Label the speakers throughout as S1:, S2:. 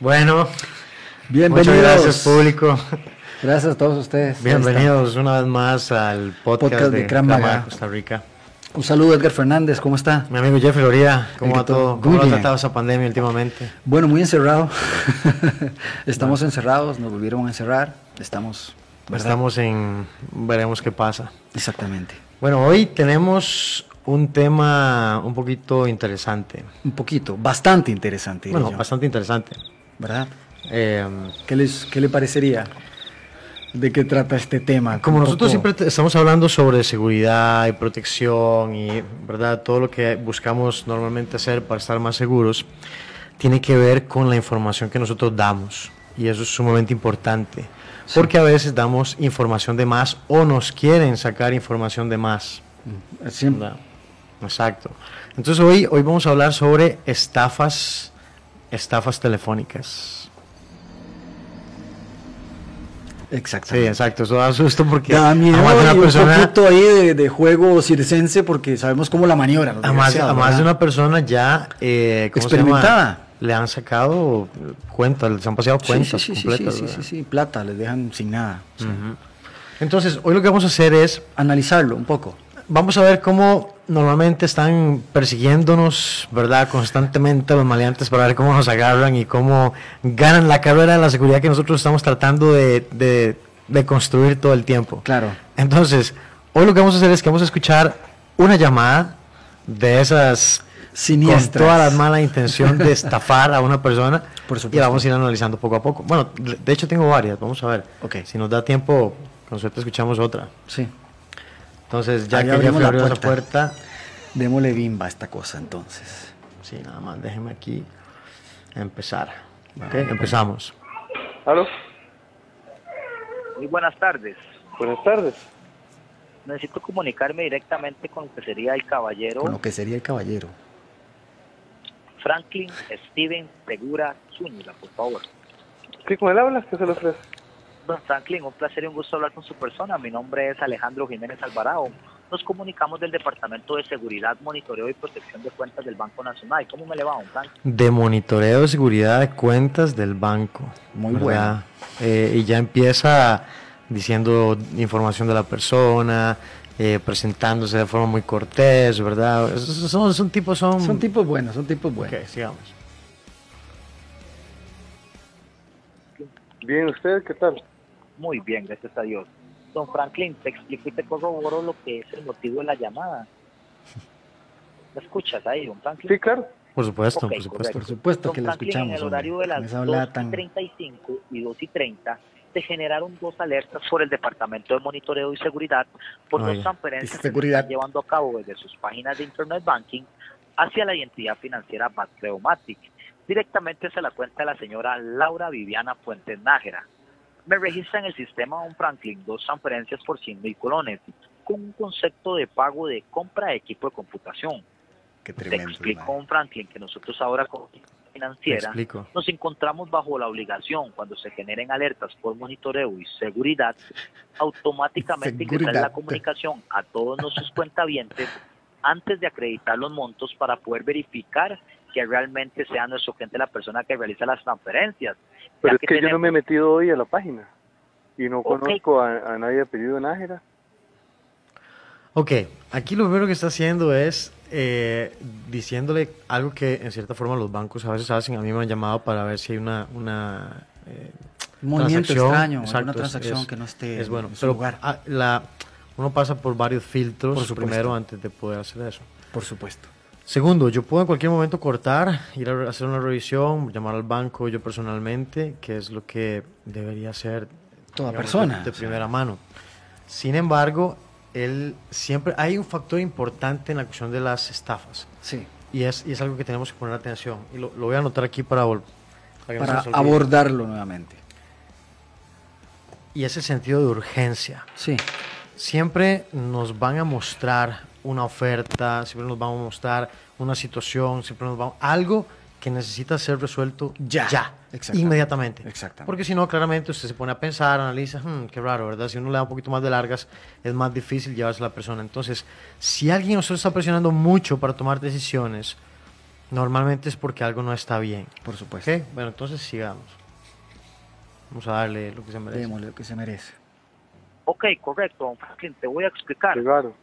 S1: Bueno,
S2: Bienvenidos.
S1: muchas gracias público.
S2: Gracias a todos ustedes. Ahí
S1: Bienvenidos una vez más al podcast,
S2: Podcast de
S1: de Krav
S2: Krav Maga.
S1: Maga, Costa Rica.
S2: está. Un saludo Edgar Fernández, ¿cómo está?
S1: Mi amigo Jeffrey Loría, ¿cómo
S2: El
S1: va
S2: que to-
S1: todo? ¿Cómo lo ha
S2: Guria.
S1: tratado esa pandemia últimamente?
S2: Bueno, muy encerrado. Estamos encerrados, nos volvieron a encerrar. Estamos, ¿verdad?
S1: Estamos en... veremos qué pasa.
S2: Exactamente.
S1: Bueno, hoy tenemos un tema un poquito interesante.
S2: Un poquito, bastante interesante. diría
S1: Bueno,
S2: yo,
S1: bastante interesante.
S2: ¿Verdad?
S1: Eh,
S2: ¿Qué, les, ¿Qué le parecería? ¿De qué trata este tema?
S1: Como
S2: Un
S1: nosotros
S2: poco-
S1: siempre te- estamos hablando sobre seguridad y protección y verdad todo lo que buscamos normalmente hacer para estar más seguros tiene que ver con la información que nosotros damos y eso es sumamente importante porque a veces damos información de más o nos quieren sacar información de más.
S2: Siempre.
S1: ¿verdad? Exacto. Entonces hoy hoy vamos a hablar sobre estafas estafas telefónicas. Sí,
S2: Exactamente.
S1: exacto. Eso da susto porque
S2: Ah. Da miedo
S1: a más de
S2: y un poquito ahí de, de juego circense porque sabemos cómo la maniobra.
S1: A más, a más de una persona ya eh, ¿cómo se llama?
S2: Experimentada.
S1: le han sacado cuentas, les han paseado cuentas
S2: sí, sí, sí,
S1: completas.
S2: sí, sí,
S1: ¿verdad?
S2: sí, sí, plata, les dejan sin nada. O sea,
S1: Entonces, hoy lo que vamos a hacer es,
S2: Analizarlo un poco.
S1: vamos a ver cómo normalmente están persiguiéndonos, ¿verdad? Constantemente los maleantes para ver cómo nos agarran y cómo ganan la carrera de la seguridad que nosotros estamos tratando de, de- de construir todo el tiempo.
S2: Claro.
S1: Entonces, hoy lo que vamos a hacer es que vamos a escuchar una llamada de esas
S2: Siniestras.
S1: con toda la mala intención de estafar a una persona.
S2: Por
S1: Y la
S2: supuesto.
S1: vamos a ir analizando poco a poco. Bueno, de de hecho tengo varias, vamos a ver.
S2: Ok.
S1: Si nos da tiempo, con suerte escuchamos otra.
S2: Sí.
S1: Entonces, ya
S2: Ahí
S1: que
S2: abrimos
S1: Jeffrey
S2: la
S1: abrió esa
S2: puerta.
S1: puerta,
S2: Démosle bimba a esta cosa entonces.
S1: sí, nada más, déjeme aquí empezar. Ok, empezamos.
S3: ¿Aló?
S4: Muy buenas tardes.
S3: Buenas tardes.
S4: Necesito comunicarme directamente con lo que sería el caballero
S2: Con lo que sería el caballero.
S4: Franklin Steven Segura Zúñiga, por favor.
S3: ¿Qué con él hablas? ¿Qué se le ofrece?
S4: Don Franklin, un placer y un gusto hablar con su persona. Mi nombre es Alejandro Jiménez Alvarado. Nos comunicamos del Departamento de Seguridad, Monitoreo y Protección de Cuentas del Banco Nacional. ¿Cómo me le va, don Franklin?
S1: De monitoreo de seguridad de cuentas del banco.
S2: Muy
S1: ¿verdad? Eh, y ya empieza diciendo información de la persona, eh, presentándose de forma muy cortés, ¿verdad? Es- es- Son, son tipos, son...
S2: Mm. Son tipos buenos, son tipos buenos.
S1: Ok, sigamos.
S3: Bien, ¿usted qué tal?
S4: Muy bien, gracias a Dios. Don Franklin, te explico y te corroboro lo que es el motivo de la llamada. ¿Me escuchas ahí, don Franklin?
S3: Sí, claro.
S1: Por supuesto,
S4: Ok,
S1: por supuesto.
S2: Por supuesto
S4: Don
S2: que la
S4: Franklin,
S2: escuchamos,
S4: En el
S2: hombre,
S4: horario de
S2: con
S4: las
S2: esa hablada
S4: 2
S2: tan-
S4: y 35 y 2 y 30 se generaron dos alertas por el Departamento de Monitoreo y Seguridad por
S1: Oye,
S4: dos transferencias que se
S2: seguridad.
S4: están llevando a cabo desde sus páginas de Internet Banking hacia la identidad financiera Batreomatic, directamente hacia la cuenta de la señora Laura Viviana Fuentes Nájera. Me registra en el sistema Don Franklin dos transferencias por 100 mil colones con un concepto de pago de compra de equipo de computación.
S2: Qué
S4: Te
S2: tremendo.
S4: explico,
S2: man.
S4: don Franklin, que nosotros ahora como
S1: Te
S4: financiera
S1: explico.
S4: nos encontramos bajo la obligación, cuando se generen alertas por monitoreo y seguridad, automáticamente ingresar
S2: Seguridad.
S4: la comunicación a todos nuestros cuentavientes antes de acreditar los montos para poder verificar que realmente sea nuestro cliente la persona que realiza las transferencias.
S3: Pero
S4: Ya
S3: es que yo no me he metido hoy a la página. Y no
S4: Ok.
S3: conozco a, a nadie de apellido Nájera.
S1: Ok, aquí lo primero que está haciendo es eh, diciéndole algo que en cierta forma los bancos a veces hacen. A mí me han llamado para ver si hay una... una eh,
S2: Un movimiento
S1: transacción,
S2: extraño,
S1: exacto,
S2: una
S1: es-
S2: transacción
S1: es-
S2: que no esté
S1: es bueno,
S2: en su
S1: pero
S2: lugar.
S1: ah, la- uno pasa por varios filtros
S2: Por supuesto.
S1: primero antes de poder hacer eso.
S2: Por supuesto.
S1: Segundo, yo puedo en cualquier momento cortar, ir a re- hacer una revisión, llamar al banco yo personalmente, que es lo que debería hacer
S2: Toda
S1: digamos, de-
S2: persona,
S1: De,
S2: o sea.
S1: primera mano. Sin embargo, él siempre hay un factor importante en la cuestión de las estafas
S2: Sí.
S1: y es, y es algo que tenemos que poner atención. Y lo, lo voy a anotar aquí para, vol- que no se
S2: Para
S1: nos olvide.
S2: abordarlo nuevamente.
S1: Y es el sentido de urgencia.
S2: Sí.
S1: siempre nos van a mostrar una oferta, siempre nos van a mostrar una situación, siempre nos van algo que necesita ser resuelto
S2: Ya.
S1: ya,
S2: Exactamente.
S1: inmediatamente.
S2: Exactamente.
S1: Porque si no, claramente usted se pone a pensar, analiza, "Hmm, qué raro, ¿verdad? Si uno le da un poquito más de largas, es más difícil llevarse a la persona. Entonces, si alguien nosotros está presionando mucho para tomar decisiones, Normalmente es porque algo no está bien.
S2: Por supuesto.
S1: ¿Ok? Bueno, entonces sigamos. Vamos a darle lo que se merece.
S2: Démosle lo que se merece.
S4: Ok, correcto, don Franklin, te voy a explicar.
S3: Llegaron.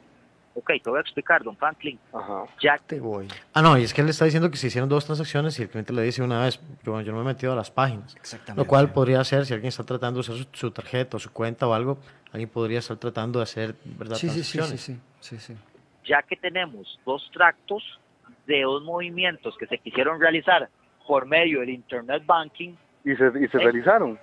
S4: Ok, te voy a explicar, don Franklin.
S3: Ajá.
S4: Ya
S2: Te voy.
S1: Ah, no, y es que él le está diciendo que se hicieron dos transacciones y el cliente le dice una vez, yo, bueno, yo no me he metido a las páginas.
S2: Exactamente.
S1: Lo cual podría ser, si alguien está tratando de usar su, su tarjeta o su cuenta o algo, alguien podría estar tratando de hacer, ¿verdad?
S2: Sí, sí, sí, sí,
S1: transacciones.
S2: sí, sí, sí.
S4: ya que tenemos dos tractos de dos movimientos que se quisieron realizar por medio del Internet Banking,
S3: Y se, y se
S4: ¿Eh?
S3: realizaron.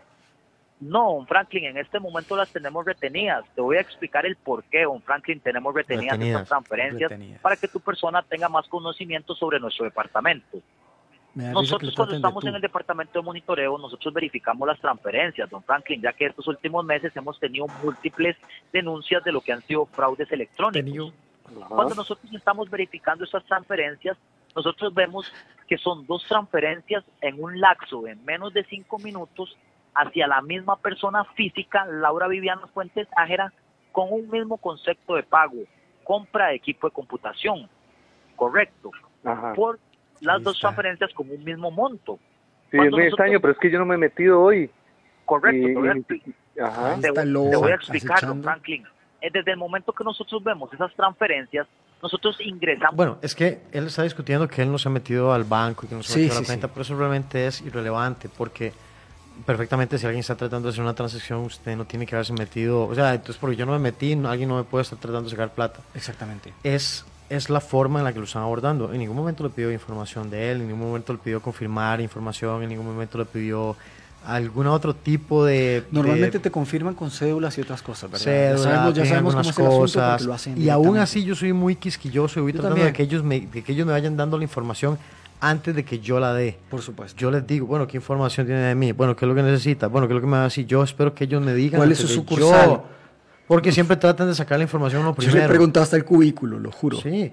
S4: no, don Franklin, en este momento las tenemos retenidas. Te voy a explicar el por qué, don Franklin, tenemos retenidas,
S1: Retenidas,
S4: estas transferencias
S2: retenidas.
S4: para que tu persona tenga más conocimiento sobre nuestro departamento.
S2: Me da risa que
S4: Nosotros
S2: lo
S4: cuando
S2: traten de
S4: estamos
S2: tú.
S4: en el departamento de monitoreo, nosotros verificamos las transferencias, don Franklin, ya que estos últimos meses hemos tenido múltiples denuncias de lo que han sido fraudes electrónicos.
S2: Tenido.
S4: Cuando
S2: Ah.
S3: Ajá.
S4: nosotros estamos verificando esas transferencias, nosotros vemos que son dos transferencias en un laxo de menos de cinco minutos hacia la misma persona física, Laura Viviana Fuentes Ájera, con un mismo concepto de pago, compra de equipo de computación, correcto,
S2: Ah,
S3: Ajá.
S4: por las
S2: Ahí
S4: dos
S2: está.
S4: transferencias con un mismo monto,
S3: Sí, es
S4: cuando
S3: muy
S4: nosotros-
S3: extraño, pero es que yo no me he metido hoy.
S4: correcto.
S3: Y-
S4: te voy a
S3: y-
S4: expli-
S3: Ajá.
S2: Ahí
S4: te,
S2: está el
S4: te
S2: lobo
S4: voy a explicar, don
S2: acechando.
S4: Franklin. Eh, Desde el momento que nosotros vemos esas transferencias, nosotros ingresamos
S1: Bueno, es que él está discutiendo que él no se ha metido al banco y que no se ha
S2: Sí,
S1: metido a
S2: sí,
S1: la cuenta,
S2: sí.
S1: pero eso realmente es irrelevante porque perfectamente si alguien está tratando de hacer una transacción, usted no tiene que haberse metido, o sea, entonces porque yo no me metí, no- alguien no me puede estar tratando de sacar plata.
S2: Exactamente.
S1: Es, es la forma en la que lo están abordando. En ningún momento le pidió información de él, en ningún momento le pidió confirmar información, en ningún momento le pidió algún otro tipo de...
S2: Normalmente
S1: de-
S2: te confirman con cédulas y otras cosas, ¿verdad?
S1: cédula, Eh, tienen
S2: cómo
S1: algunas
S2: es el asunto porque
S1: cosas.
S2: lo hacen
S1: y aún
S2: directamente.
S1: así yo soy muy quisquilloso y voy
S2: Yo
S1: tratando de
S2: también.
S1: que, ellos me, de que ellos me vayan dando la información antes de que yo la dé.
S2: Por supuesto.
S1: Yo les digo, bueno, ¿qué información tiene de mí? Bueno, ¿qué es lo que necesita? Bueno, ¿qué es lo que me va a decir? Yo espero que ellos me digan.
S2: ¿Cuál es
S1: antes
S2: su
S1: de
S2: sucursal?
S1: yo, porque siempre tratan de sacar la información uno
S2: Yo
S1: primero.
S2: le he preguntado hasta el cubículo, lo juro.
S1: Sí.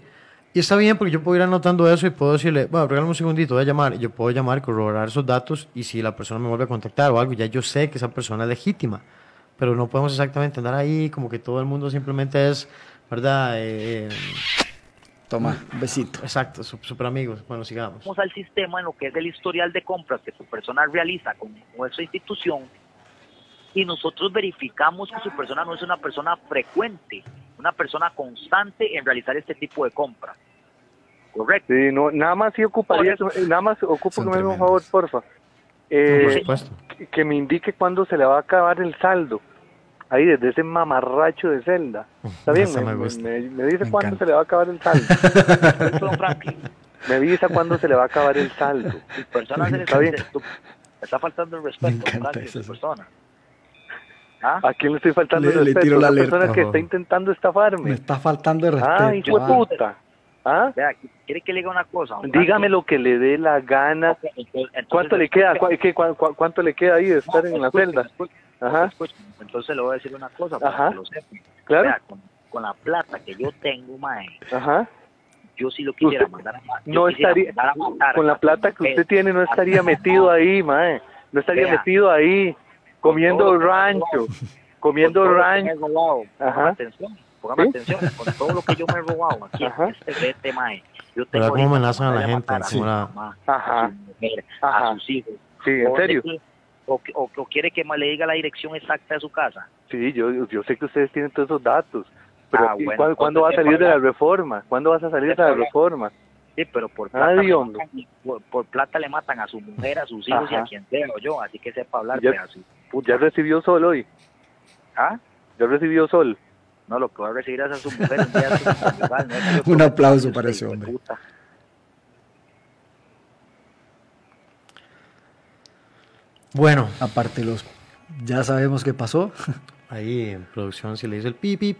S1: Y está bien porque yo puedo ir anotando eso y puedo decirle, bueno, regálame un segundito, voy a llamar. Y yo puedo llamar, corroborar esos datos y si la persona me vuelve a contactar o algo, ya yo sé que esa persona es legítima. Pero no podemos exactamente andar ahí como que todo el mundo simplemente es, ¿verdad? Eh, eh,
S2: Toma,
S1: Ah.
S2: un besito.
S1: exacto, super amigos. Bueno, sigamos.
S4: vamos al sistema en lo que es el historial de compras que su persona realiza con nuestra institución y nosotros verificamos que su persona no es una persona frecuente, una persona constante en realizar este tipo de compras. Correcto.
S3: Sí, no, nada más sí ocuparía,
S4: Por
S3: nada más ocupo
S2: Son
S3: que me haga un favor,
S2: tremendos. pues,
S3: porfa.
S1: Por
S3: Eh,
S1: supuesto.
S3: que- que me indique cuándo se le va a acabar el saldo. Ahí, desde ese mamarracho de celda. ¿Está bien?
S1: Esa
S3: Me,
S1: me gusta.
S3: me- me dice
S2: Me
S3: cuándo
S2: encanta.
S3: se le va a acabar el saldo.
S4: Correcto, don Franklin.
S3: me avisa cuándo se le va a acabar el saldo.
S4: Su persona se le
S3: Está bien.
S4: se- le está faltando el respeto,
S2: Me
S4: don
S2: encanta
S4: Franklin, su
S2: eso.
S4: persona. ¿Ah?
S3: ¿A quién le estoy faltando
S2: Le-
S3: el
S2: le
S3: respeto?
S2: tiro la
S3: la persona
S2: alerta,
S3: que
S1: ajá.
S3: está intentando
S2: Me
S3: estafarme.
S2: está faltando el respeto.
S3: Ah, hijo de
S2: ah.
S3: puta. ¿Ah?
S4: Vea, ¿Quiere que le diga una cosa? don Franklin?
S3: Dígame lo que le dé la gana.
S4: Ok, entonces- entonces-
S3: ¿Cuánto le queda? ¿Cu- qué- cu- cu- ¿Cuánto le queda ahí de estar en la
S4: Escuchen,
S3: celda?
S4: escuchen,
S3: Ajá.
S4: escuchen. Entonces le voy a decir una cosa para
S3: Ajá.
S4: que lo sepan. Vea,
S3: Claro.
S4: con, con la plata que yo tengo, mae,
S3: Ajá.
S4: yo sí lo quisiera
S3: Usted
S4: mandar a ma- yo
S3: No
S4: quisiera
S3: estaría
S4: mandar a matar
S3: con
S4: a
S3: la plata que
S4: Pedro.
S3: usted tiene no estaría metido ahí, mae. No estaría
S4: Vea.
S3: metido ahí comiendo
S4: Con todo-
S3: rancho,
S4: Con
S3: comiendo
S4: todo lo que me he
S3: rancho.
S4: robado. Póngame
S3: Ajá.
S4: atención, póngame
S3: ¿Sí?
S4: atención. Con todo lo que yo me he robado aquí
S3: Ajá.
S4: en este rete, mae.
S1: Pero
S4: Yo tengo
S1: cómo
S4: ahorita
S1: amenazan a la
S4: para
S1: gente,
S4: matar
S1: sí.
S4: mi mamá, a
S3: Ajá.
S4: su mujer,
S3: Ajá.
S4: a sus hijos.
S3: Sí, en
S4: O de
S3: serio.
S4: que- O, que- o, o quiere que ma- le diga la dirección exacta de su casa.
S3: Sí, yo yo sé que ustedes tienen todos esos datos. Pero
S4: Ah,
S3: aquí,
S4: bueno,
S3: ¿cuándo, cuándo va a
S4: entonces,
S3: salir de la
S4: ¿verdad?
S3: reforma? ¿Cuándo vas a salir de la
S4: ¿verdad?
S3: reforma?
S4: Sí, pero por
S3: Ah,
S4: plata, le
S3: diablo.
S4: matan, por, por plata le matan a su mujer, a sus hijos y a
S3: Ajá.
S4: quien sea o yo. Así que sepa hablar,
S3: Ya-
S4: pedazo de puta.
S3: Ya recibió sol hoy.
S4: ¿Ah?
S3: Ya recibió sol.
S4: No, lo que va a recibir es a su mujer. un día a su conyugal, no es que-
S2: Un aplauso para ese
S4: Este hijo de
S2: hombre.
S4: puta.
S1: Bueno,
S2: Aparte los... Ya sabemos qué pasó,
S1: ahí en producción si le dice el pip, pip.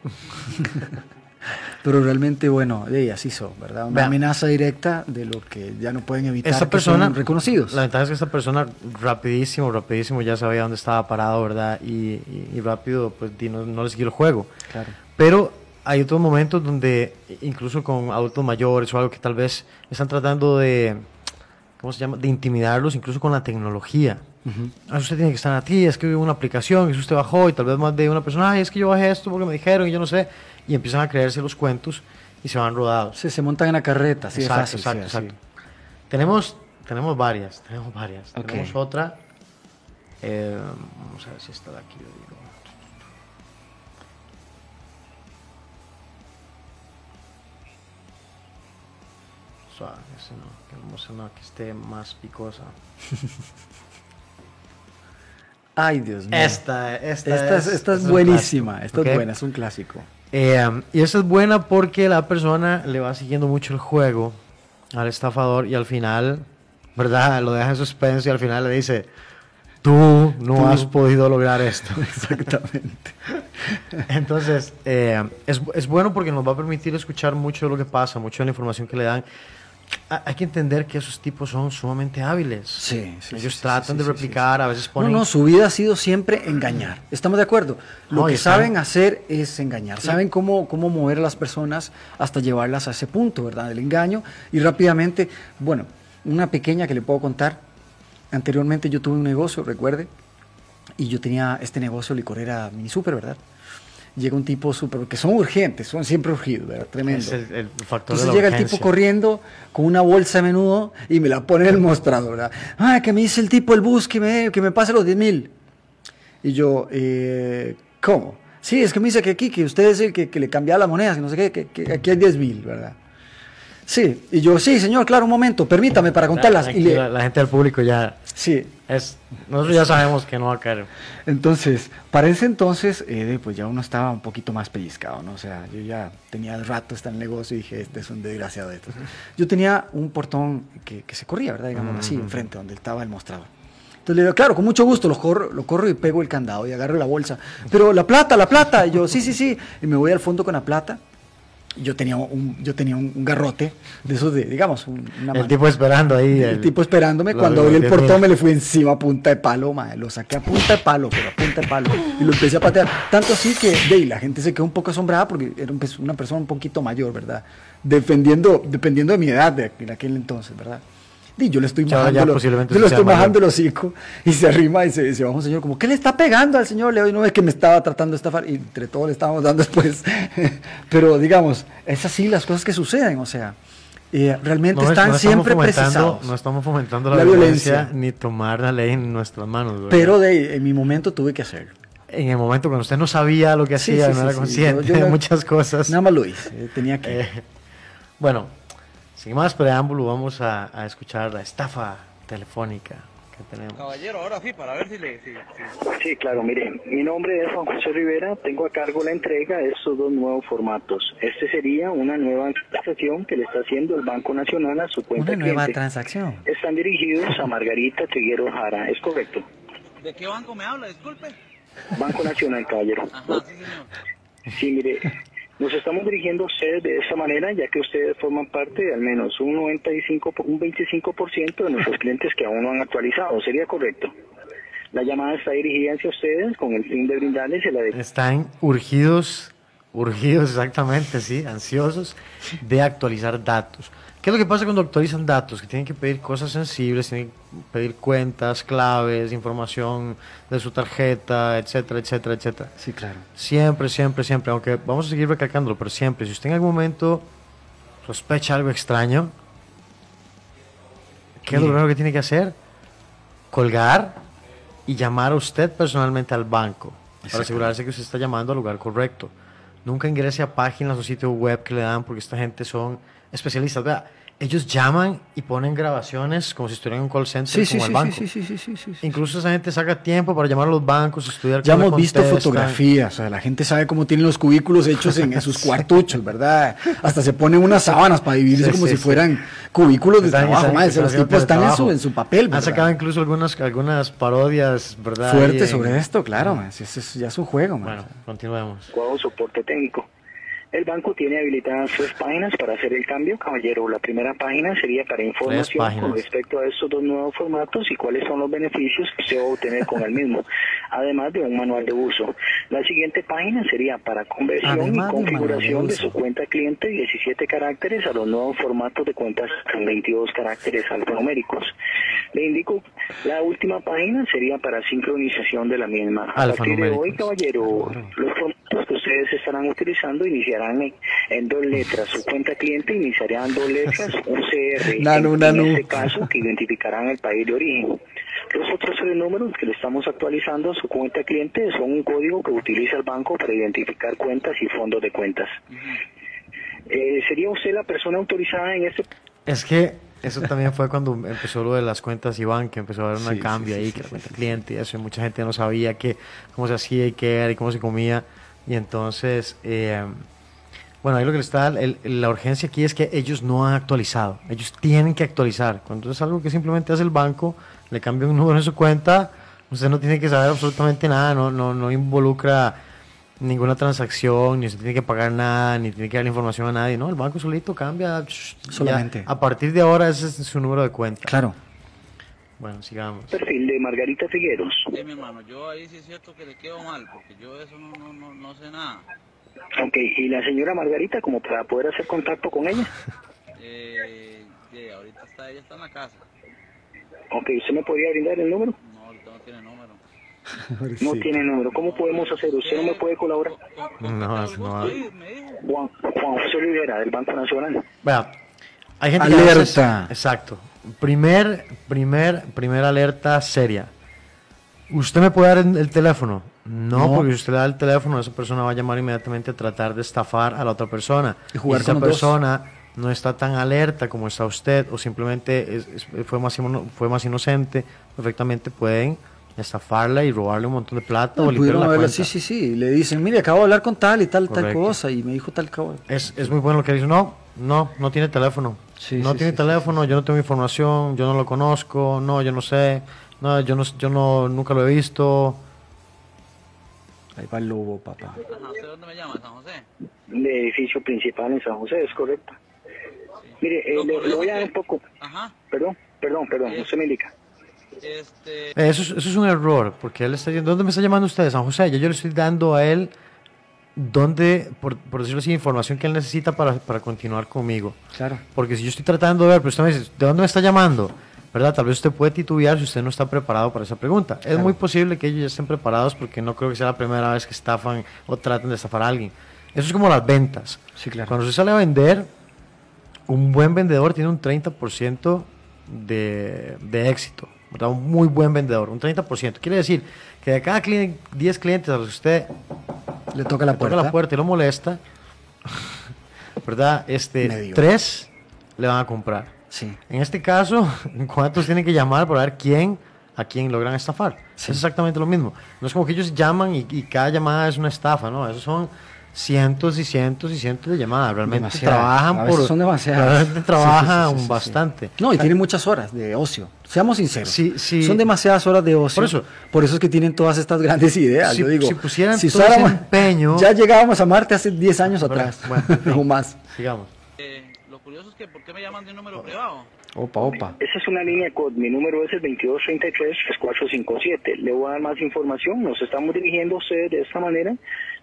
S2: pero realmente, bueno, ey, así son, ¿verdad? Una
S1: Vea.
S2: amenaza directa de lo que ya no pueden evitar
S1: Esta
S2: que
S1: persona,
S2: son reconocidos.
S1: La ventaja es que esta persona rapidísimo, rapidísimo ya sabía dónde estaba parado, ¿verdad? Y, y- y rápido, pues di, no, no le siguió el juego.
S2: Claro.
S1: Pero hay otros momentos donde, incluso con adultos mayores o algo que tal vez están tratando de, ¿cómo se llama?, de intimidarlos, incluso con la tecnología. Ah, Usted tiene que estar a ti, es que hubo una aplicación, es que usted bajó y tal vez más de una persona, ay, es que yo bajé esto porque me dijeron y yo no sé, y empiezan a creerse los cuentos y se van rodados.
S2: Se, se montan en la carreta, así de
S1: Exacto,
S2: fácil.
S1: exacto,
S2: sí, así.
S1: exacto. Tenemos, tenemos varias, tenemos varias.
S2: Ok.
S1: Tenemos otra. eh, vamos a ver si está de aquí. lo digo. Suave, ese no, queremos una que esté más picosa.
S2: Ay, Dios mío.
S1: Esta, esta,
S2: Esta es, esta es
S1: un
S2: buenísima,
S1: clásico,
S2: esta
S1: ¿ok?
S2: es buena, es un clásico.
S1: Eh, y esa es buena porque la persona le va siguiendo mucho el juego al estafador y al final, ¿verdad? Lo deja en suspenso y al final le dice, tú no
S2: Tú.
S1: has podido lograr esto.
S2: Exactamente.
S1: Entonces, eh, es, es bueno porque nos va a permitir escuchar mucho de lo que pasa, mucho de la información que le dan. Ha- Hay que entender que esos tipos son sumamente hábiles.
S2: Sí, sí,
S1: Ellos
S2: sí, sí,
S1: tratan
S2: sí,
S1: de
S2: sí, sí,
S1: replicar, a veces
S2: No,
S1: ponen...
S2: no, su vida ha sido siempre engañar. Estamos de acuerdo. Lo
S1: No, y
S2: que
S1: están-
S2: saben hacer es engañar. Saben cómo, cómo mover a las personas hasta llevarlas a ese punto, ¿verdad? Del engaño. Y rápidamente, bueno, una pequeña que le puedo contar. Anteriormente yo tuve un negocio, recuerde, y yo tenía este negocio licorera mini super, ¿verdad? Llega un tipo súper, porque son urgentes, son siempre urgidos, ¿verdad? Tremendo.
S1: es el, el factor de
S2: Entonces
S1: la
S2: llega el
S1: urgencia.
S2: tipo corriendo con una bolsa de menudo y me la pone en el mostrador. ¿verdad? Ah, que me dice el tipo el bus que me, que me pase los 10 mil. Y yo, eh, ¿cómo? Sí, es que me dice que aquí, que usted es el que, que le cambiaba las monedas, que no sé qué, que, que aquí hay 10 mil, ¿verdad? Sí, y yo, sí, señor, claro, un momento, permítame para contarlas.
S1: Aquí
S2: Y le-
S1: la- la gente del público ya...
S2: sí,
S1: Es, nosotros ya sabemos que no va a caer.
S2: Entonces, para ese entonces, eh, de, pues ya uno estaba un poquito más pellizcado, ¿no? O sea, yo ya tenía el rato está en el negocio y dije, este es un desgraciado de estos. Yo tenía un portón que, que se corría, ¿verdad? Digamos así, enfrente, donde estaba el mostrador. Entonces le digo, claro, con mucho gusto, lo corro, lo corro y pego el candado y agarro la bolsa. Pero la plata, la plata. Y yo, sí, sí, sí. Y me voy al fondo con la plata. Y Yo tenía un, yo tenía un un garrote de esos de, digamos, un- una
S1: El
S2: mano.
S1: tipo esperando ahí.
S2: El, tipo esperándome,
S1: la
S2: cuando abrí el
S1: devolución.
S2: portón me le fui encima a punta de palo, mae. Lo saqué a punta de palo, pero a punta de palo. Y lo empecé a patear. Tanto así que de ahí, la gente se quedó un poco asombrada porque era un pez- una persona un poquito mayor, ¿verdad? Dependiendo, dependiendo de mi edad de, aqu- en aquel entonces, ¿verdad? Y yo le estoy
S1: Ya- ya
S2: bajando, lo-
S1: posiblemente
S2: yo le
S1: usted sea
S2: estoy bajando
S1: mayor.
S2: el hocico y se arrima y se, se baja un señor como, ¿qué le está pegando al señor Leo? Y no es que me estaba tratando de estafar y entre todos le estábamos dando después. Pero digamos, es así las cosas que suceden, o sea, eh, realmente
S1: No es-
S2: están
S1: no estamos
S2: siempre
S1: fomentando-
S2: precisados.
S1: No estamos fomentando la,
S2: La
S1: violencia,
S2: violencia.
S1: ni tomar la ley en nuestras manos. güey.
S2: Pero de ahí, en mi momento tuve que hacerlo.
S1: en el momento cuando usted no sabía lo que
S2: Sí,
S1: hacía,
S2: sí,
S1: no
S2: sí,
S1: era
S2: sí.
S1: consciente
S2: Yo- yo
S1: de
S2: la-
S1: muchas cosas.
S2: Nada más lo hice, eh, tenía que.
S1: Eh, bueno, sin más preámbulo, vamos a, a escuchar la estafa telefónica que tenemos.
S5: Caballero, ahora sí, para ver si le... Si, si-
S6: Sí, claro, mire, mi nombre es Juan José Rivera, tengo a cargo la entrega de estos dos nuevos formatos. Este sería una nueva transacción que le está haciendo el Banco Nacional a su cuenta
S2: Una nueva
S6: cliente.
S2: transacción.
S6: Están dirigidos a Margarita Triguero Jara, es correcto.
S5: ¿De qué banco me habla? Disculpe.
S6: Banco Nacional, caballero.
S5: Ajá, sí, señor.
S6: Sí, mire, nos estamos dirigiendo a ustedes de esa manera, ya que ustedes forman parte de al menos un 95, po- un 25% de nuestros clientes que aún no han actualizado, sería correcto. La llamada está dirigida hacia ustedes con el fin de brindarles el adecuado.
S1: Están urgidos, urgidos exactamente, sí, ansiosos de actualizar datos. ¿Qué es lo que pasa cuando actualizan datos? Que tienen que pedir cosas sensibles, tienen que pedir cuentas, claves, información de su tarjeta, etcétera, etcétera, etcétera.
S2: Sí, claro.
S1: Siempre, siempre, siempre, aunque vamos a seguir recalcándolo, pero siempre, si usted en algún momento sospecha algo extraño, ¿qué es lo
S2: Mire.
S1: primero que tiene que hacer? Colgar y llamar a usted personalmente al banco para asegurarse que usted está llamando al lugar correcto. Nunca ingrese a páginas o sitios web que le dan porque esta gente son especialistas. Vea, ellos llaman y ponen grabaciones como si estuvieran en un call center
S2: Sí, sí,
S1: como el
S2: sí,
S1: banco.
S2: sí, sí, sí, sí, sí, sí.
S1: Incluso esa gente saca tiempo para llamar a los bancos, estudiar
S2: Ya
S1: cómo le
S2: hemos visto
S1: contestan.
S2: fotografías, o sea, la gente sabe cómo tienen los cubículos hechos en, en sus cuartuchos, ¿verdad? Hasta se ponen unas sábanas para dividirse
S1: Sí,
S2: como
S1: sí,
S2: si
S1: sí.
S2: fueran cubículos de
S1: Están-
S2: trabajo,
S1: están-
S2: madre,
S1: están
S2: los
S1: haciendo
S2: tipos están en
S1: teletrabajo.
S2: su, en su papel,
S1: Han
S2: ¿verdad?
S1: sacado incluso algunas, algunas parodias, ¿verdad?
S2: Fuerte
S1: Ahí en-
S2: sobre esto, claro, man, si eso es- ya es un juego, man.
S1: Bueno, continuemos.
S6: adecuado soporte técnico. El banco tiene habilitadas tres páginas para hacer el cambio, caballero. La primera página sería para información
S1: páginas.
S6: con respecto a estos dos nuevos formatos y cuáles son los beneficios que se va a obtener con el mismo, además de un manual de uso. La siguiente página sería para conversión
S2: Además de un
S6: y
S2: manual de
S6: configuración de,
S2: uso.
S6: su cuenta cliente 17 caracteres a los nuevos formatos de cuentas con 22 caracteres alfanuméricos. Le indico, la última página sería para sincronización de la misma. A partir de
S1: Alfanuméricos.
S6: hoy, caballero, los formatos que usted ustedes estarán utilizando iniciarán en, en dos letras. Su cuenta cliente iniciará en dos letras un CR.
S2: Nanu,
S6: en,
S2: nanu.
S6: en este caso, que identificarán el país de origen. Los otros tres números que le estamos actualizando a su cuenta cliente son un código que utiliza el banco para identificar cuentas y fondos de cuentas. Eh, ¿Sería usted la persona autorizada en este
S1: Es que eso también fue cuando empezó lo de las cuentas Iván, que empezó a haber un
S2: Sí,
S1: cambio
S2: sí, sí,
S1: ahí,
S2: sí,
S1: que la
S2: sí,
S1: cuenta
S2: sí,
S1: cliente y eso, y mucha gente no sabía qué, cómo se hacía y qué era y cómo se comía. Y entonces, eh, bueno, ahí lo que le está, el- el- la urgencia aquí es que ellos no han actualizado, ellos tienen que actualizar. Cuando es algo que simplemente hace el banco, le cambia un número en su cuenta, usted no tiene que saber absolutamente nada, no, no, no involucra ninguna transacción, ni se tiene que pagar nada, ni tiene que dar la información a nadie, ¿no? El banco solito cambia. shh, ya.
S2: Solamente.
S1: a partir de ahora ese es su número de cuenta.
S2: Claro.
S1: Bueno, sigamos.
S6: perfil de Margarita Figueros?
S5: Eh, mi hermano, yo ahí sí es cierto que le quedo mal, porque yo de eso no, no, no, no sé nada.
S6: Ok, ¿y la señora Margarita como para poder hacer contacto con ella?
S5: Eh, que ahorita está, ella está en la casa.
S6: Ok, ¿usted me podría brindar el número?
S5: No, ahorita no tiene número.
S6: No
S2: Sí.
S6: tiene número. ¿Cómo podemos hacer? ¿Usted no me puede colaborar?
S5: Con- con- con
S1: No,
S5: todo el
S1: eso no
S5: gusto
S1: va.
S5: ahí, me dijo.
S6: Juan, Juan José Olivera, del Banco Nacional.
S1: Vea, hay gente que a veces-
S2: Alerta.
S1: exacto. Primer, primer, primera alerta seria. ¿Usted me puede dar el el teléfono? No,
S2: No.
S1: porque si usted le da el teléfono, esa persona va a llamar inmediatamente a tratar de estafar a la otra persona.
S2: Y jugar
S1: esa
S2: con los dos.
S1: persona no está tan alerta como está usted, o simplemente es- es- fue, más, ino- fue más inocente, perfectamente pueden estafarla y robarle un montón de plata o
S2: No,
S1: limpiar
S2: pudieron
S1: la
S2: haberla-
S1: cuenta.
S2: sí, sí, sí. Le dicen, mire, acabo de hablar con tal y tal, tal
S1: Correcto.
S2: cosa, y me dijo tal cosa.
S1: Es, es muy bueno lo que dice. No, no, no tiene teléfono.
S2: Sí,
S1: no
S2: sí,
S1: tiene
S2: sí,
S1: teléfono, yo no tengo información, yo no lo conozco, no, yo no sé, no, yo no, yo no, nunca lo he visto.
S2: Ahí va el lobo, papá.
S5: Ajá, ¿usted dónde me llama? ¿San José?
S6: De edificio principal en San José, ¿es correcto? Mire, eh,
S5: No,
S6: le,
S5: por
S6: le voy a
S5: eso
S6: dar
S5: que-
S6: un poco...
S5: Ajá.
S6: Perdón, perdón, perdón,
S5: Sí.
S6: usted me indica.
S5: Este,
S1: Eh, Eso es, eso es un error, porque él está diciendo, ¿dónde me está llamando usted? San José, ya yo le estoy dando a él, donde, por, por decirlo así, información que él necesita para, para continuar conmigo.
S2: Claro.
S1: Porque si yo estoy tratando de ver, pero usted me dice, ¿de dónde me está llamando? ¿Verdad? Tal vez usted puede titubear si usted no está preparado para esa pregunta. Es muy posible que ellos ya estén preparados porque no creo que sea la primera vez que estafan o tratan de estafar a alguien. Eso es como las ventas.
S2: Sí, claro.
S1: Cuando se sale a vender, un buen vendedor tiene un 30% de, de éxito. ¿verdad? Un muy buen vendedor, un 30%. Quiere decir que de cada cliente, 10 clientes a los que usted
S2: Le toca la
S1: le
S2: puerta.
S1: toca la puerta y lo molesta, ¿verdad? Este,
S2: Medio.
S1: tres le van a comprar.
S2: Sí.
S1: En este caso, ¿cuántos tienen que llamar para ver quién a quién logran estafar?
S2: Sí.
S1: Es exactamente lo mismo. No es como que ellos llaman y, y cada llamada es una estafa, ¿no? Esos son cientos y cientos y cientos de llamadas. Realmente
S2: Demasiadas.
S1: trabajan
S2: A veces
S1: por...
S2: son demasiadas.
S1: Realmente
S2: Sí,
S1: trabajan
S2: sí, sí, sí, sí.
S1: bastante.
S2: No, y tienen muchas horas de ocio. Seamos sinceros.
S1: Sí, sí.
S2: Son demasiadas horas de ocio.
S1: Por eso.
S2: Por eso es que tienen todas estas grandes ideas.
S1: Si-
S2: Yo digo,
S1: si pusieran
S2: si
S1: todo ese
S2: usáramos-
S1: empeño-
S2: Ya llegábamos a Marte hace 10 años atrás.
S1: Bueno, en fin.
S2: o más.
S1: Sigamos.
S5: eh, lo curioso es que, ¿por qué me llaman de un número privado?
S2: Opa, opa.
S6: Esa es una línea COD, mi número es el 2233-3457. Le voy a dar más información, nos estamos dirigiendo a ustedes de esta manera,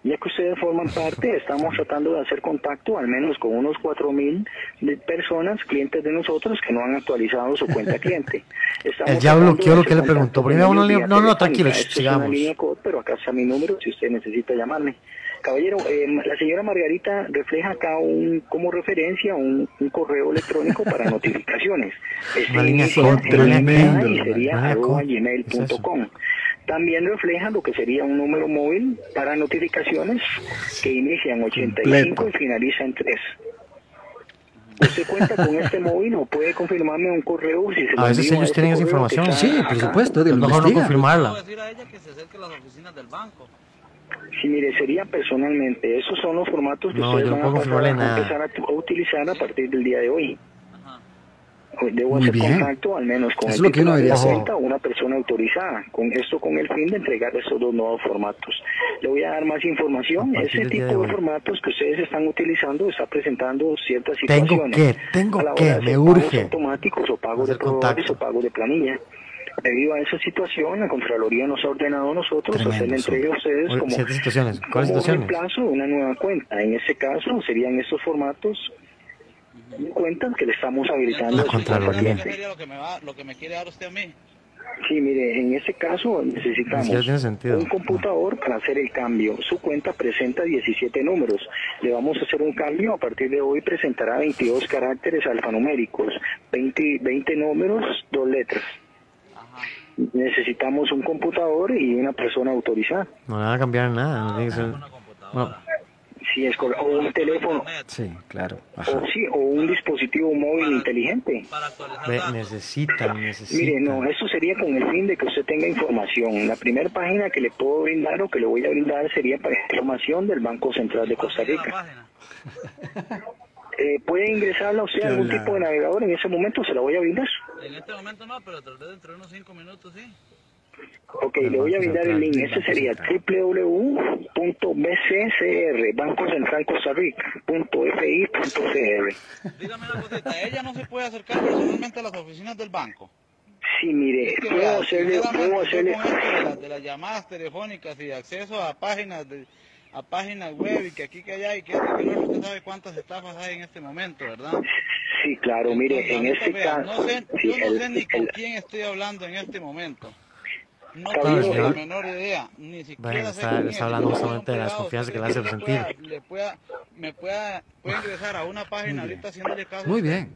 S6: ya que ustedes forman parte, estamos tratando de hacer contacto al menos con unos 4.000 de personas, clientes de nosotros, que no han actualizado su cuenta cliente. Estamos
S1: El diablo
S6: tratando de
S1: bloqueó lo
S6: hacer
S1: que le
S6: contacto
S1: preguntó.
S6: con
S1: Primero
S6: ellos
S1: una
S6: vía
S1: línea- no, no, tranquilo,
S6: telefónica. Esta Es
S1: sigamos.
S6: una línea COD, pero acá está mi número si usted necesita llamarme. Caballero, eh, la señora Margarita refleja acá un, como referencia un, un correo electrónico para notificaciones. Este
S1: Una línea
S6: inicia
S1: COD,
S6: en
S1: una línea
S6: acá
S1: COD,
S6: y sería
S1: una línea
S6: arroba
S1: COD.
S6: gmail
S1: ¿Qué es eso?
S6: punto com. También refleja lo que sería un número móvil para notificaciones que inicia en 85 y
S2: Completo.
S6: finaliza en 3. ¿Usted cuenta con este móvil o puede confirmarme un correo si se
S1: A
S6: lo
S1: veces
S6: envío
S1: ellos
S6: este
S1: tienen esa
S6: correo que
S1: información.
S6: está
S2: Sí, por
S6: acá?
S2: supuesto.
S1: Es
S2: Lo
S1: mejor no
S2: investiga.
S5: Puedo
S1: confirmarla.
S5: decir a ella que se acerque a las oficinas del banco.
S6: Sí, mire, sería personalmente. Esos son los formatos que
S1: No,
S6: ustedes
S1: yo no puedo
S6: van a, pasar a
S1: confirmarle nada.
S6: empezar a, tu- a utilizar a partir del día de hoy.
S5: Ajá.
S6: Hoy Debo
S2: Muy
S6: hacer
S2: bien.
S6: contacto al menos con
S2: Eso es
S6: el
S2: lo que uno
S6: titular de
S2: debería
S6: la
S1: hacer.
S6: cuenta o una persona autorizada. Con esto con el fin de entregar esos dos nuevos formatos. Le voy a dar más información.
S1: A partir
S6: Ese
S1: del día
S6: tipo
S1: de
S6: de,
S1: hoy.
S6: formatos que ustedes están utilizando está presentando ciertas
S1: Tengo
S6: situaciones.
S1: que, tengo
S6: a la hora
S1: que,
S6: de hacer
S1: me
S6: pagos
S1: urge
S6: automáticos o pagos de
S1: hacer
S6: proveedores
S1: contacto.
S6: o pagos de planilla. Debido a esa situación, la Contraloría nos ha ordenado a nosotros
S2: Tremendo,
S6: hacer la entrega a ustedes
S1: Oye,
S6: como
S1: Siete situaciones. ¿Cuáles
S6: como
S1: situaciones?
S6: reemplazo de una nueva cuenta. En ese caso serían estos formatos de cuentas que le estamos habilitando.
S1: La
S6: a su cuenta
S1: Contraloría.
S5: ¿Qué
S6: cliente.
S5: sería lo que, me va, lo que me quiere dar usted a mí?
S6: Sí, mire, en este caso
S1: Ni siquiera tiene
S6: necesitamos
S1: sentido.
S6: un computador para hacer el cambio. Su cuenta presenta 17 números. Le vamos a hacer un cambio. A partir de hoy presentará 22 caracteres alfanuméricos, 20, 20 números, dos letras. Necesitamos un computador y una persona autorizada.
S1: No le van a cambiar nada. No tiene que ser... no.
S6: Si es cor- o un teléfono,
S2: Sí, claro. Ajá.
S6: o sí, o un dispositivo móvil inteligente.
S5: Para actualizar
S1: Ve,
S5: datos.
S1: necesitan, necesitan.
S6: Mire, no, eso sería con el fin de que usted tenga información. La primera página que le puedo brindar o que le voy a brindar sería para información del Banco Central de Costa
S5: Mira la
S6: Rica.
S5: página.
S6: Eh, ¿Puede ingresarla usted a algún
S2: Hola.
S6: tipo de navegador? En ese momento se la voy a brindar.
S5: En este momento no, pero tal vez dentro de unos 5 minutos sí.
S6: Ok,
S1: Del
S6: le voy a
S1: Banco
S6: brindar el
S1: Central,
S6: link.
S1: del
S6: Este
S1: Banco
S6: sería
S1: Central.
S6: www.bccr, Banco Central Costa Rica, punto FI, punto CR.
S5: Dígame una cosita, ella no se puede acercar personalmente a las oficinas del banco.
S6: Sí, mire,
S5: Es que, vea,
S6: puedo Este, hacerle,
S5: sinceramente,
S6: puedo
S5: yo
S6: hacerle...
S5: con esto de, las, de las llamadas telefónicas y de acceso a páginas de a páginas web y que aquí que allá y que esto que lo otro, usted sabe cuántas estafas hay en este momento, ¿verdad?
S6: Sí, claro, mire,
S5: Entonces,
S6: en
S5: ahorita,
S6: este
S5: vea, no
S6: caso...
S5: sé,
S6: sí,
S5: yo no
S6: el-
S5: sé ni con
S6: el-
S5: quién estoy hablando en este momento. No
S6: Caballero,
S5: tengo la
S1: el-
S5: menor idea, ni siquiera
S1: Bueno,
S5: sé
S1: está-
S5: quién
S1: está
S5: es.
S1: hablando
S5: Yo soy un
S1: justamente de la
S5: pelado,
S1: desconfianza que le
S5: ¿usted
S1: hace
S5: cree que
S1: sentir?
S5: pueda- le pueda- me pueda, puede ingresar a una página ahorita haciéndole caso.
S2: Muy bien.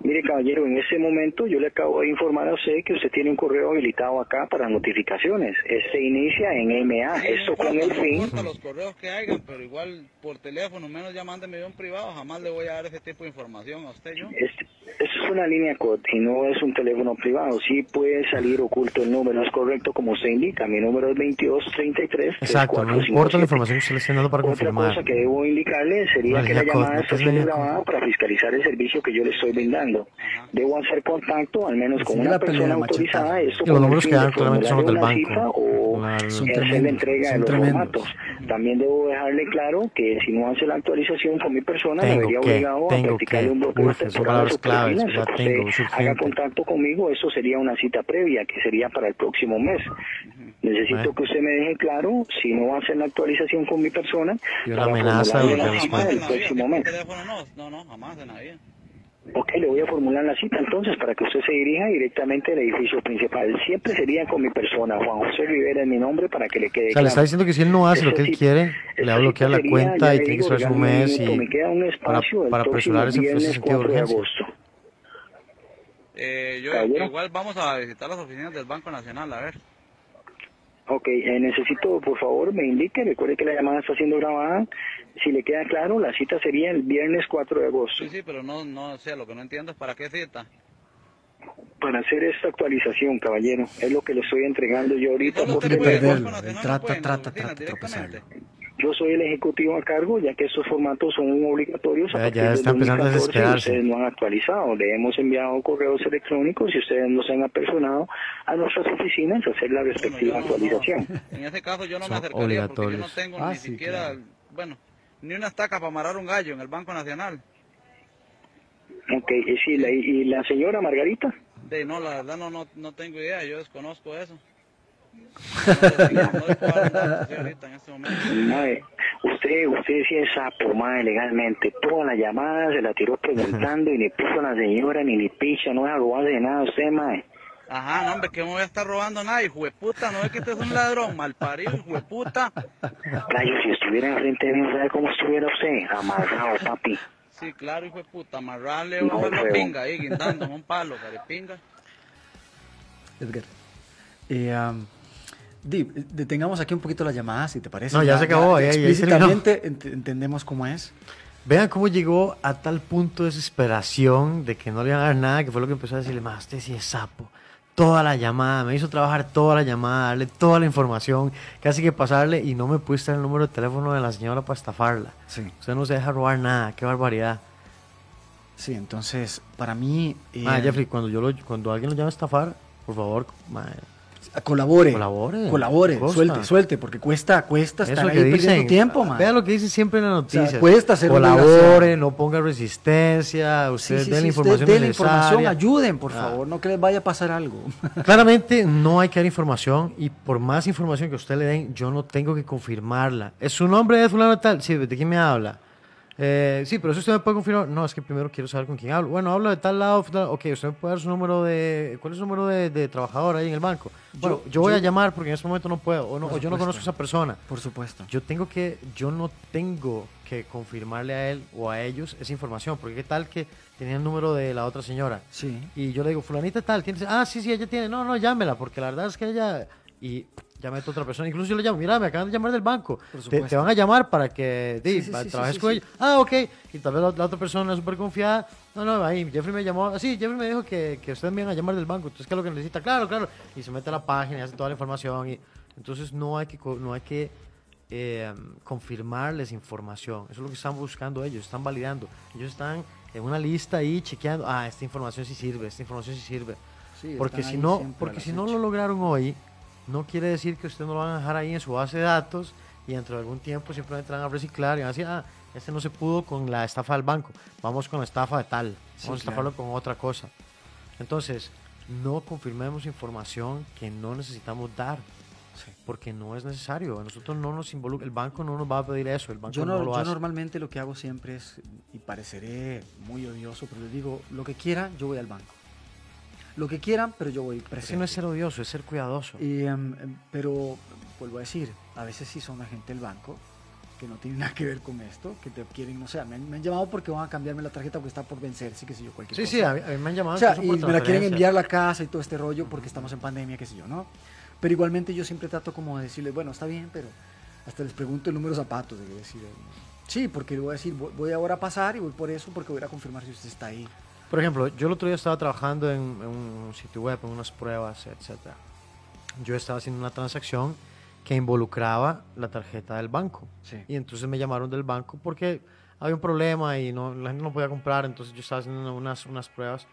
S6: Mire, caballero, en ese momento yo le acabo de informar a usted que usted tiene un correo habilitado acá para notificaciones. Este inicia en MA.
S5: Sí,
S6: Esto
S5: no
S6: Ah, con el
S5: importa, no
S6: fin.
S5: importa los correos que hagan, pero igual por teléfono, menos llamándome yo en privado, jamás le voy a dar ese tipo de información a usted yo.
S6: Este- Esto es una línea COD y no es un teléfono privado. Sí puede salir oculto el número, es correcto como usted indica. Mi número es 2233.
S1: Exacto, no importa la información que usted le esté dando para
S6: Otra
S1: confirmar.
S6: cosa que debo indicarle sería
S1: Una
S6: que la
S1: línea COD,
S6: llamada
S1: ¿no?
S6: está
S1: ¿Qué es la
S6: siendo
S1: línea COD?
S6: grabada para fiscalizar el servicio que yo le estoy brindando. Debo hacer contacto al menos con
S2: Sigue
S6: una
S2: la pelea
S6: persona
S2: de machetazo.
S6: autorizada. Esto
S1: Y los
S6: con el
S1: números
S6: fin
S1: que
S6: de
S1: dan claramente son los del
S6: formularle
S1: banco.
S6: una cita O
S1: La-
S6: hacer
S2: Son
S6: la
S2: tremendos,
S6: entrega de
S2: son
S6: los
S2: tremendos.
S6: formatos. También debo dejarle claro que si no hace la actualización con mi persona, me
S1: Tengo
S6: vería
S1: que,
S6: obligado a
S1: tengo
S6: practicar
S1: que.
S6: un bloqueo
S1: Uf, son
S6: temporal
S1: palabras
S6: a sus
S1: claves,
S6: perfiles.
S1: ya
S6: Hasta
S1: tengo,
S6: que
S1: es
S6: haga
S1: urgente.
S6: contacto conmigo, eso sería una cita previa que sería para el próximo mes. Necesito
S1: Bueno.
S6: que usted me deje claro si no va a hacer la actualización con mi persona.
S1: Y una
S6: para
S1: amenaza de
S6: formularle la
S1: bloquear los
S6: cita
S1: cuentas.
S6: del
S5: en la vida,
S6: próximo
S5: tipo
S6: mes.
S5: teléfono no, no, no, jamás en la vida.
S6: Ok, le voy a formular la cita entonces para que usted se dirija directamente al edificio principal. Siempre sería con mi persona. Juan José Rivera es mi nombre para que le quede
S1: O sea, le está
S6: claro.
S1: diciendo que si él no hace lo
S6: Eso
S1: que él
S6: sí,
S1: quiere,
S6: eso
S1: le va a
S6: sí
S1: bloquear la
S6: sería,
S1: cuenta
S6: ya
S1: y tiene
S6: le
S1: que
S6: digo,
S1: esperarse un
S6: regálame un
S1: mes
S6: minuto,
S1: y
S6: me queda un
S1: para,
S6: espacio el
S1: para
S6: próximo
S1: apresurar ese, ese
S6: viernes
S1: sentido de
S6: 4 de
S1: urgencia.
S6: agosto.
S5: Eh, yo
S6: Caballero.
S5: igual vamos a visitar las oficinas del Banco Nacional, a ver.
S6: Ok, eh, necesito, por favor, me indique, recuerde que la llamada está siendo grabada. Si le queda claro, la cita sería el viernes 4 de agosto.
S5: Sí, sí, pero no, no, o sea, lo que no entiendo es para qué cita.
S6: Para hacer esta actualización, caballero, es lo que le estoy entregando yo ahorita.
S5: Solo
S6: porque
S5: usted puede, el
S2: perderlo,
S5: Banco Nacional
S2: él
S5: no
S2: trata,
S5: puede en las
S2: trata,
S5: oficinas
S2: trata de tropezarlo.
S5: directamente.
S6: Yo soy el ejecutivo a cargo, ya que estos formatos son obligatorios.
S1: Ya-
S6: a
S1: ya
S6: partir del
S1: está empezando a
S6: 2014 y
S1: desesperarse.
S6: Ustedes no han actualizado. Le hemos enviado correos electrónicos y ustedes nos han apersonado a nuestras oficinas a hacer la
S5: Bueno,
S6: respectiva
S5: yo no-
S6: actualización.
S5: no, en ese caso yo no
S1: Son
S5: me acercaría porque yo no
S1: obligatorios.
S5: tengo
S2: Ah,
S5: ni
S2: sí,
S5: siquiera,
S2: claro.
S5: bueno, ni una estaca para amarrar un gallo en el Banco Nacional.
S6: Ok, y, si la, y la señora Margarita.
S5: De no, la verdad no, no, no tengo idea, yo desconozco eso. No les- no les puedo dar nada, sí, ahorita en este momento.
S6: Mae, usted, usted sí es sapo, mae, legalmente. Toda la llamada se la tiró preguntando y ni puso a la señora ni ni picha, no es arrobarse de nada a usted, mae.
S5: Ajá, no, hombre, que me voy a estar robando nada, hijueputa, no es que este es un ladrón, malparido, hijueputa.
S6: Rayo, si estuviera enfrente de mí, ¿sabe cómo estuviera usted? Amarrado, papi.
S5: Sí, claro, hijueputa, amarrarle
S6: No,
S5: una
S6: feo.
S5: pinga ahí, guindando un palo, carepinga.
S2: Edgar. Eh, am, Di, detengamos aquí un poquito las llamadas, si te parece.
S1: No, ya se acabó, ya- ya terminó.
S2: explícitamente ent- entendemos cómo es.
S1: Vean cómo llegó a tal punto de desesperación de que no le iban a dar nada, que fue lo que empezó a decirle, más usted sí es sapo. Toda la llamada, me hizo trabajar toda la llamada, darle toda la información, casi que pasarle y no me puse el número de teléfono de la señora para estafarla.
S2: Sí.
S1: Usted no se deja robar nada, qué barbaridad.
S2: Sí, entonces, para mí. eh,
S1: Ah, Jeffrey, cuando, yo lo- cuando alguien lo llama a estafar, por favor, ma,
S2: Colabore.
S1: Colabore.
S2: Colabore,
S1: Costa.
S2: suelte, suelte, porque cuesta, cuesta estar
S1: eso
S2: Pues ahí
S1: que dicen, ah,
S2: perdiendo tiempo, man.
S1: vea lo que dice siempre en la noticia.
S2: cuesta hacer una
S1: Colabore,
S2: obligación.
S1: no ponga resistencia,
S2: Sí,
S1: usted
S2: sí,
S1: dé la
S2: sí,
S1: información
S2: ustedes den la información,
S1: necesaria.
S2: ayuden, por
S1: Ah.
S2: favor, no que les vaya a pasar algo.
S1: Claramente no hay que dar información y por más información que usted le den, yo no tengo que confirmarla. ¿Es su nombre de fulano de tal? Sí, ¿de quién me habla? Eh, sí, pero eso usted me puede confirmar. No, es que primero quiero saber con quién hablo. Bueno, hablo de tal lado. tal- Ok, usted me puede dar su número de. ¿Cuál es su número de, de trabajador ahí en el banco? Bueno, yo, voy a llamar porque en este momento no puedo. O, no,
S2: Por
S1: o yo no
S2: supuesto.
S1: conozco a esa persona.
S2: Por supuesto.
S1: Yo tengo que. Yo no tengo que confirmarle a él o a ellos esa información. Porque qué tal que tenía el número de la otra señora.
S2: Sí.
S1: Y yo le digo, fulanita tal, tienes. Ah, sí, sí, ella tiene. No, no, llámela, porque la verdad es que ella. Y ya meto a otra persona. Incluso yo le llamo, mira, me acaban de llamar del banco.
S2: Por
S1: Te,
S2: supuesto.
S1: te van a llamar para que di,
S2: Sí, sí,
S1: pa-
S2: sí,
S1: trabajes
S2: sí, sí,
S1: con
S2: sí.
S1: ella. Ah, ok. Y tal vez la, la otra persona súper confiada. No, no, ahí Jeffrey me llamó. Ah, sí, Jeffrey me dijo que, que ustedes me iban a llamar del banco. Entonces, ¿qué es lo que necesita? Claro, claro. Y se mete a la página y hace toda la información. y Entonces, no hay que. co- No hay que eh, confirmarles información. Eso es lo que están buscando ellos, están validando. Ellos están en una lista ahí chequeando, ah, esta información sí sirve, esta información sí sirve.
S2: Sí,
S1: porque
S2: están
S1: si
S2: ahí
S1: no,
S2: siempre a
S1: porque
S2: las
S1: si no
S2: ocho.
S1: lo lograron hoy, no quiere decir que usted no lo van a dejar ahí en su base de datos y dentro de algún tiempo simplemente van a reciclar y van a decir, ah, este no se pudo con la estafa del banco, vamos con la estafa de tal, vamos
S2: Sí,
S1: a
S2: claro.
S1: estafarlo con otra cosa. Entonces, no confirmemos información que no necesitamos dar.
S2: Sí.
S1: Porque no es necesario. A nosotros no nos involucra. El banco no nos va a pedir eso. El banco
S2: Yo,
S1: no,
S2: no-
S1: lo
S2: yo
S1: hace.
S2: normalmente lo que hago siempre es, y pareceré muy odioso, pero les digo, lo que quieran, yo voy al banco. Lo que quieran, pero yo voy
S1: Es que no es
S2: presente.
S1: ser odioso, es ser cuidadoso.
S2: Y, em, em, pero vuelvo a decir, a veces sí son la gente del banco que no tiene nada que ver con esto, que te quieren, no sé, me han, me han llamado porque van a cambiarme la tarjeta porque está por vencerse, qué sé yo, cualquier
S1: sí,
S2: cosa.
S1: sí, a mí, a mí me han llamado.
S2: O sea,
S1: incluso
S2: y
S1: por
S2: me la quieren
S1: transferencia.
S2: enviar la casa y todo este rollo porque estamos en pandemia, qué sé yo, ¿no? Pero igualmente yo siempre trato como de decirles, bueno, está bien, pero hasta les pregunto el número de zapatos, de decir, eh, sí, porque le voy a decir, voy voy ahora a pasar y voy por eso porque voy a ir a confirmar si usted está ahí.
S1: Por ejemplo, yo el otro día estaba trabajando en, en un sitio web, en unas pruebas, etcétera. Yo estaba haciendo una transacción que involucraba la tarjeta del banco.
S2: Sí.
S1: Y entonces me llamaron del banco porque había un problema y no, la gente no podía comprar, entonces yo estaba haciendo unas, unas pruebas.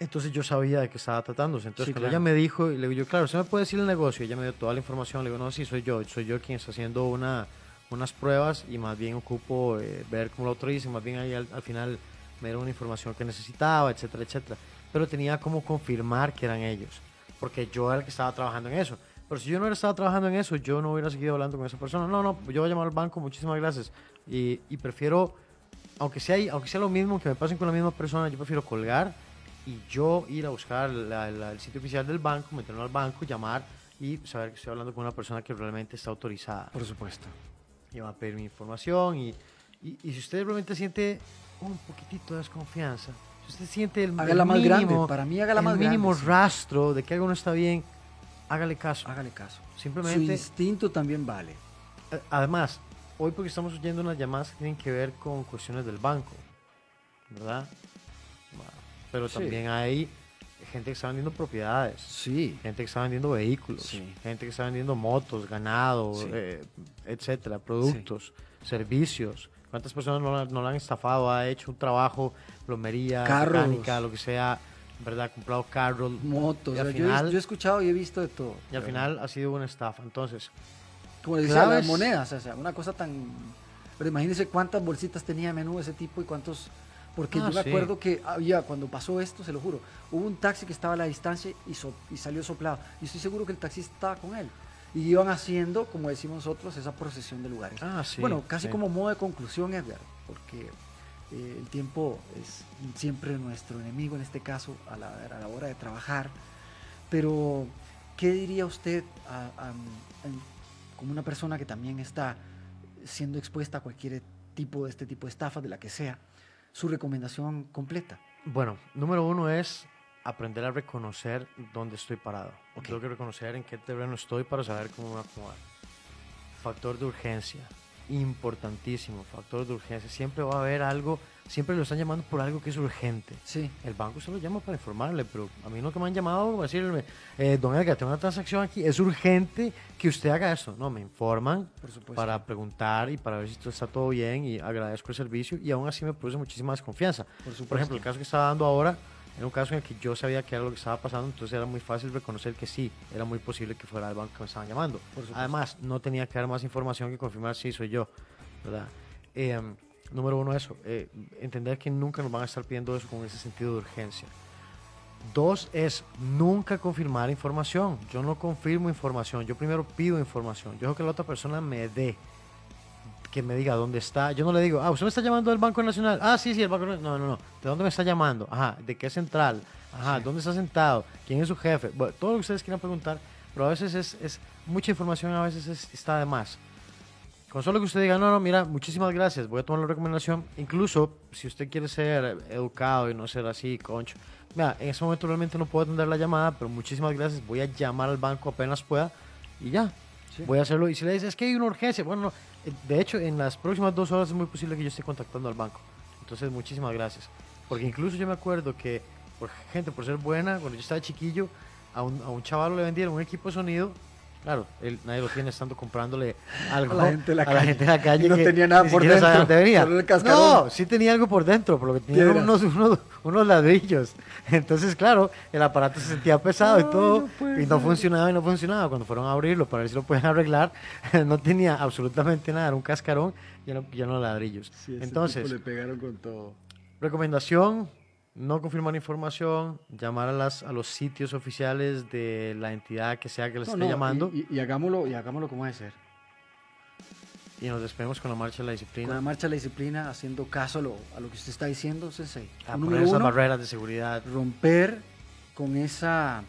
S1: Entonces yo sabía de qué estaba tratándose. Entonces
S2: Sí,
S1: cuando
S2: claro.
S1: ella me dijo, y le digo yo, claro, usted me puede decir el negocio. Ella me dio toda la información. Le digo, no, sí, soy yo. Soy yo quien está haciendo una, unas pruebas y más bien ocupo eh, ver cómo lo autorizan. Más bien ahí al, al final me dieron una información que necesitaba, etcétera, etcétera. Pero tenía como confirmar que eran ellos. Porque yo era el que estaba trabajando en eso. Pero si yo no hubiera estado trabajando en eso, yo no hubiera seguido hablando con esa persona. No, no, yo voy a llamar al banco, muchísimas gracias. Y, y prefiero, aunque sea, ahí- aunque sea lo mismo, que me pasen con la misma persona, yo prefiero colgar y yo ir a buscar la- la- el sitio oficial del banco, meterlo al banco, llamar y saber que estoy hablando con una persona que realmente está autorizada.
S2: Por supuesto.
S1: Y va a pedir mi información. Y, y- y si usted realmente siente un poquitito de desconfianza, si usted siente el,
S2: Hágala
S1: el
S2: más
S1: mínimo,
S2: grande, para mí hágala
S1: el
S2: más grande,
S1: mínimo
S2: sí.
S1: rastro de que algo no está bien, hágale caso.
S2: Hágale caso. Su
S1: Simplemente
S2: instinto también vale.
S1: eh, Además, hoy porque estamos oyendo unas llamadas que tienen que ver con cuestiones del banco, ¿verdad? Bueno, Pero
S2: Sí.
S1: también hay gente que está vendiendo propiedades,
S2: Sí.
S1: gente que está vendiendo vehículos,
S2: Sí.
S1: gente que está vendiendo motos, ganado,
S2: Sí.
S1: eh, etcétera, productos, servicios. ¿Cuántas personas no la, no la han estafado? Ha hecho un trabajo, plomería,
S2: Carros.
S1: mecánica, lo que sea, ¿verdad? Comprado carros.
S2: Motos.
S1: Y
S2: o
S1: al
S2: sea, yo he-
S1: final-
S2: yo, he escuchado y he visto de todo.
S1: Y al
S2: Pero,
S1: final ha sido una estafa. Entonces,
S2: Como le decía,
S1: claves-
S2: las monedas, o sea, una cosa tan... Pero imagínense cuántas bolsitas tenía a menudo ese tipo y cuántos... Porque
S1: Ah,
S2: yo me
S1: sí.
S2: acuerdo que había, cuando pasó esto, se lo juro, hubo un taxi que estaba a la distancia y, so- y salió soplado. Y estoy seguro que el taxista estaba con él. Y iban haciendo, como decimos nosotros, esa procesión de lugares.
S1: Ah, sí,
S2: bueno, casi
S1: sí.
S2: como modo de conclusión, Edgar, porque eh, el tiempo es siempre nuestro enemigo, en este caso, a la, a la hora de trabajar. Pero, ¿qué diría usted a- a- en- como una persona que también está siendo expuesta a cualquier tipo de este tipo de estafa, de la que sea? Su recomendación completa.
S1: Bueno, número uno es aprender a reconocer dónde estoy parado.
S2: Ok.
S1: Tengo que reconocer en qué terreno estoy para saber cómo me acomodar. Factor de urgencia, importantísimo, factor de urgencia. Siempre va a haber algo, siempre lo están llamando por algo que es urgente.
S2: Sí,
S1: El banco se lo llama para informarle, pero a mí no que me han llamado para decirme, eh, don Edgar, tengo una transacción aquí, es urgente que usted haga eso. No, me informan
S2: por supuesto.
S1: para preguntar y para ver si todo está todo bien y agradezco el servicio y aún así me produce muchísima desconfianza.
S2: por, supuesto.
S1: Por ejemplo, el caso que estaba dando ahora era un caso en el que yo sabía que era lo que estaba pasando, entonces era muy fácil reconocer que sí, era muy posible que fuera el banco que me estaban llamando.
S2: Por supuesto.
S1: Además, no tenía que dar más información que confirmar si soy yo, ¿verdad? Eh, número uno, eso, eh, entender que nunca nos van a estar pidiendo eso con ese sentido de urgencia. Dos es nunca confirmar información. Yo no confirmo información, yo primero pido información. Yo dejo que la otra persona me dé que me diga dónde está. Yo no le digo, ah, usted me está llamando del Banco Nacional. Ah, sí, sí, el Banco Nacional. No, no, no. ¿De dónde me está llamando? Ajá, ¿de qué central? Ajá, ¿dónde está sentado? ¿Quién es su jefe? Bueno, todo lo que ustedes quieran preguntar, pero a veces es, es mucha información, a veces es- está de más. Con solo que usted diga, no, no, mira, muchísimas gracias, voy a tomar la recomendación. Incluso si usted quiere ser educado y no ser así, concho. Mira, en ese momento realmente no puedo atender la llamada, pero muchísimas gracias, voy a llamar al banco apenas pueda y ya. Voy a hacerlo. Y si le dices, es que hay una urgencia, bueno, no. Eh, De hecho, en las próximas dos horas es muy posible que yo esté contactando al banco. Entonces, muchísimas gracias. Porque incluso yo me acuerdo que, por gente, por ser buena, cuando yo estaba chiquillo, a un, a un chaval le vendieron un equipo de sonido. Claro, él, nadie lo tiene estando comprándole algo
S2: A la gente de la
S1: a
S2: calle.
S1: gente de la calle
S2: Y no
S1: que
S2: tenía nada
S1: ni
S2: por
S1: siquiera
S2: dentro,
S1: sabía dónde venía.
S2: solo el cascarón.
S1: no, sí tenía algo por dentro, pero lo que tenía eran
S2: Piedras.
S1: unos, unos, unos ladrillos. Entonces, claro, el aparato se sentía pesado y
S2: Ay,
S1: todo,
S2: Ah, no puede
S1: y no
S2: ser.
S1: funcionaba y no funcionaba. Cuando fueron a abrirlo para ver si lo pueden arreglar, no tenía absolutamente nada, era un cascarón y eran, y eran ladrillos.
S2: Sí, ese
S1: Entonces,
S2: tipo le pegaron con todo.
S1: recomendación, no confirmar información, llamar a, las, a los sitios oficiales de la entidad que sea que les
S2: No,
S1: esté
S2: no,
S1: llamando y,
S2: Y, y- y hagámoslo, y hagámoslo como debe ser.
S1: nos despedimos con la marcha de la
S2: Con la
S1: disciplina,
S2: marcha de la disciplina, haciendo caso a lo, a lo que usted está diciendo, Sensei.
S1: a poner
S2: Un número
S1: esas
S2: uno,
S1: barreras de seguridad.
S2: romper con esa,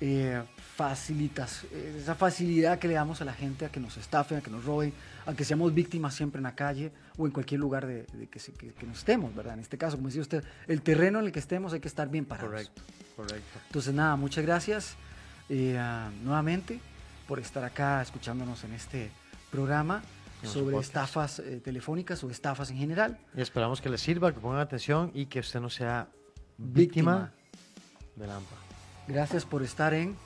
S2: eh, facilitas- eh, esa facilidad que le damos a la gente a que nos estafen, a que nos roben, a que seamos víctimas siempre en la calle o en cualquier lugar de, de que, se- que- que nos estemos, ¿verdad? En este caso, como decía usted, el terreno en el que estemos hay que estar bien parados.
S1: Correcto, correcto.
S2: Entonces, nada, muchas gracias eh, ah, nuevamente por estar acá escuchándonos en este programa
S1: Nuestro
S2: sobre
S1: podcast.
S2: estafas eh, telefónicas o estafas en general.
S1: Y esperamos que les sirva, que pongan atención y que usted no sea víctima,
S2: Víctima.
S1: de la AMPA.
S2: Gracias por estar en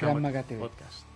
S2: Gran Maga TV.
S1: Podcast.